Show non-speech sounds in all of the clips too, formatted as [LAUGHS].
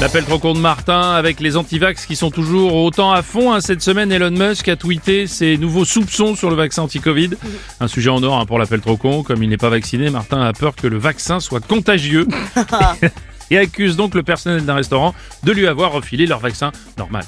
L'appel trop court de Martin avec les antivax qui sont toujours autant à fond. hein. Cette semaine, Elon Musk a tweeté ses nouveaux soupçons sur le vaccin anti-Covid. Un sujet en or hein, pour l'appel trop con. Comme il n'est pas vacciné, Martin a peur que le vaccin soit contagieux. Et accuse donc le personnel d'un restaurant de lui avoir refilé leur vaccin normal.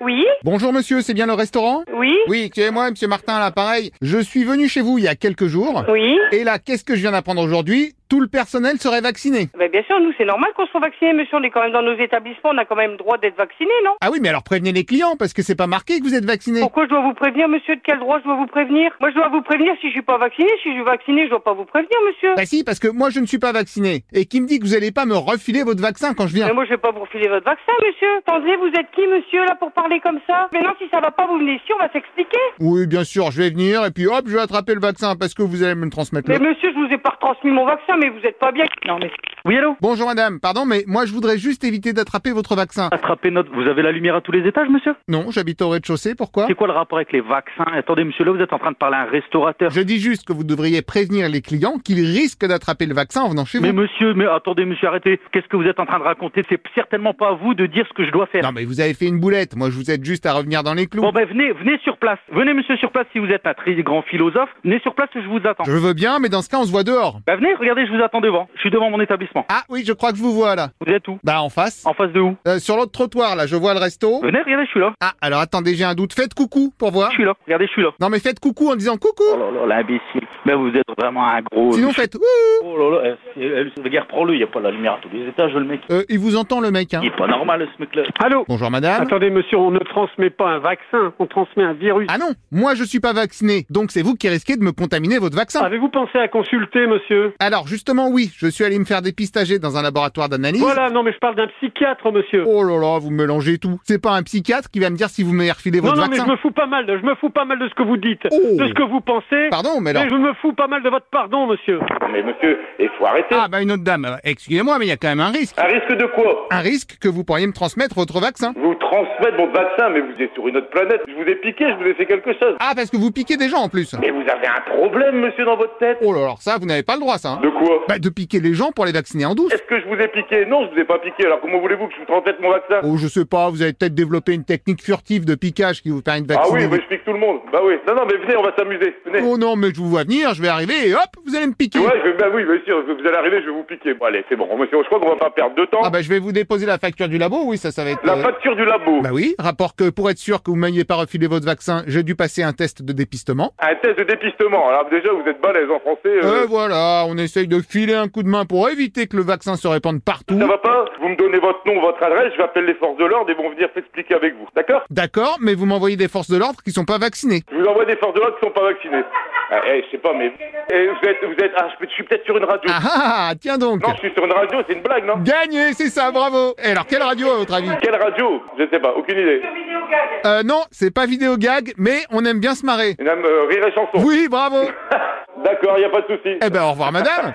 Oui, Bonjour monsieur, c'est bien le restaurant oui, Oui, excusez-moi, monsieur Martin, à l'appareil. Je suis venu chez vous il y a quelques jours. oui. Et là, qu'est-ce que je viens d'apprendre aujourd'hui Tout le personnel serait vacciné. Ben, bien sûr, nous, c'est normal qu'on soit vacciné, monsieur. On est quand même dans nos établissements, on a quand même le droit d'être vacciné, non Ah oui, mais alors prévenez les clients parce que c'est pas marqué que vous êtes vacciné. Pourquoi je dois vous prévenir, monsieur De quel droit je dois vous prévenir Moi, je dois vous prévenir si je suis pas vacciné. Si je suis vacciné, je dois pas vous prévenir, monsieur. Bah si, parce que moi je ne suis pas vacciné. Et qui me dit que vous allez pas me refiler votre vaccin quand je viens Mais moi, je vais pas vous refiler votre vaccin, monsieur. Attendez, vous êtes qui, monsieur, là, pour parler comme ça Maintenant, si ça va pas, vous venez ici, on va s'expliquer. Oui, bien sûr, je vais venir et puis hop, je vais attraper le vaccin parce que vous allez me le transmettre. Mais monsieur, je vous ai pas retransmis mon vaccin, mais vous êtes pas bien. Non, mais... Oui, allô Bonjour madame, pardon, mais moi je voudrais juste éviter d'attraper votre vaccin. Attrapez notre... Vous avez la lumière à tous les étages, monsieur Non, j'habite au rez-de-chaussée, pourquoi C'est quoi le rapport avec les vaccins Attendez, monsieur, là, vous êtes en train de parler à un restaurateur. Je dis juste que vous devriez prévenir les clients qu'ils risquent d'attraper le vaccin en venant chez Mais vous. monsieur, mais attendez, monsieur, arrêtez. Qu'est-ce que vous êtes en train de raconter C'est certainement pas à vous de dire ce que je dois faire. Non mais vous avez fait une boulette, moi je vous aide juste à revenir dans les clous. Bon, ben, venez, venez sur place. Venez, monsieur, sur place si vous êtes un très grand philosophe. Venez sur place, je vous attends. Je veux bien, mais dans ce cas on se voit dehors. Ben, venez, regardez, je vous attends devant. Je suis devant mon établissement. Ah oui, je crois que je vous vois là. Vous êtes où Bah en face. En face de où Euh, sur l'autre trottoir là, je vois le resto. Venez, regardez, je suis là. Ah alors attendez, j'ai un doute, faites coucou pour voir. Je suis là. Regardez, je suis là. Non mais faites coucou en disant coucou. Oh là là, l'imbécile. Mais vous êtes vraiment un gros. Sinon faites ouh. Oh là là, eh, eh, eh, regarde, prends-le, il a pas la lumière à tous les étages, le mec. Euh, il vous entend le mec hein. Il est pas normal, ce mec-là. Allô Bonjour madame. Attendez, monsieur, on ne transmet pas un vaccin, on transmet un virus. Ah non, moi je suis pas vacciné, donc c'est vous qui risquez de me contaminer votre vaccin. Avez-vous pensé à consulter, monsieur Alors justement oui, je suis allé me faire dépistager dans un laboratoire d'analyse. Voilà, non, mais je parle d'un psychiatre, monsieur. Oh là là, vous mélangez tout. C'est pas un psychiatre qui va me dire si vous m'avez refilé non, votre non, mais vaccin. je me fous pas mal, de, je me fous pas mal de ce que vous dites, Oh. de ce que vous pensez. Pardon, mais alors. Mais je me fous pas mal de votre pardon, monsieur. Mais monsieur, il faut arrêter. Ah bah une autre dame, Euh, excusez-moi, mais il y a quand même un risque. Un risque de quoi Un risque que vous pourriez me transmettre votre vaccin. Vous transmettre mon vaccin, mais vous êtes sur une autre planète. Je vous ai piqué, je vous ai fait quelque chose. Ah parce que vous piquez des gens en plus. Mais vous avez un problème, monsieur, dans votre tête. Oh là là, ça vous n'avez pas le droit ça. hein. De quoi Bah de piquer les gens pour les vacciner en douce. Est-ce que je vous ai piqué Non, je vous ai pas piqué. Alors comment voulez-vous que je vous transmette mon vaccin Oh je sais pas, vous avez peut-être développé une technique furtive de piquage qui vous permet de Ah vacciner. oui, mais je pique tout le monde. Bah oui. Non, non, mais venez, on va s'amuser. Venez. Oh non, mais je vous vois venir, je vais arriver et hop, vous allez me piquer. Ouais, je vais, bah oui, bien sûr, vous allez arriver, je vais vous piquer. Bon, allez, c'est bon, monsieur, je crois qu'on va pas perdre de temps. Ah bah je vais vous déposer la facture du labo, oui, ça ça va être... La euh, facture du labo. Bah oui, rapport que pour être sûr que vous m'ayez pas refilé votre vaccin, j'ai dû passer un test de dépistement. Un test de dépistement. Alors déjà, vous êtes balèze en français. euh, Euh, voilà, on essaye de filer un coup de main pour éviter que le vaccin se répande partout. Ça va pas Vous me donnez votre nom, votre adresse, je vais appeler les forces de l'ordre et vont venir s'expliquer avec vous. D'accord D'accord, mais vous m'envoyez des forces de l'ordre qui sont pas vaccinées. Je vous envoie des forces de l'ordre qui sont pas vaccinées. [LAUGHS] Ah, eh, je sais pas, mais. Eh, vous êtes, vous êtes. Ah, je peux- je suis peut-être sur une radio. Ah ah, ah, tiens donc Non, je suis sur une radio, c'est une blague, [LAUGHS] non Gagné, c'est ça, bravo Et alors, quelle radio à votre avis Quelle radio Je sais pas, aucune idée. Euh, non, c'est pas vidéo gag, mais on aime bien se marrer. Madame, euh, rire et [LAUGHS] chanson. Oui, bravo D'accord, y a pas de souci. Eh ben, au revoir madame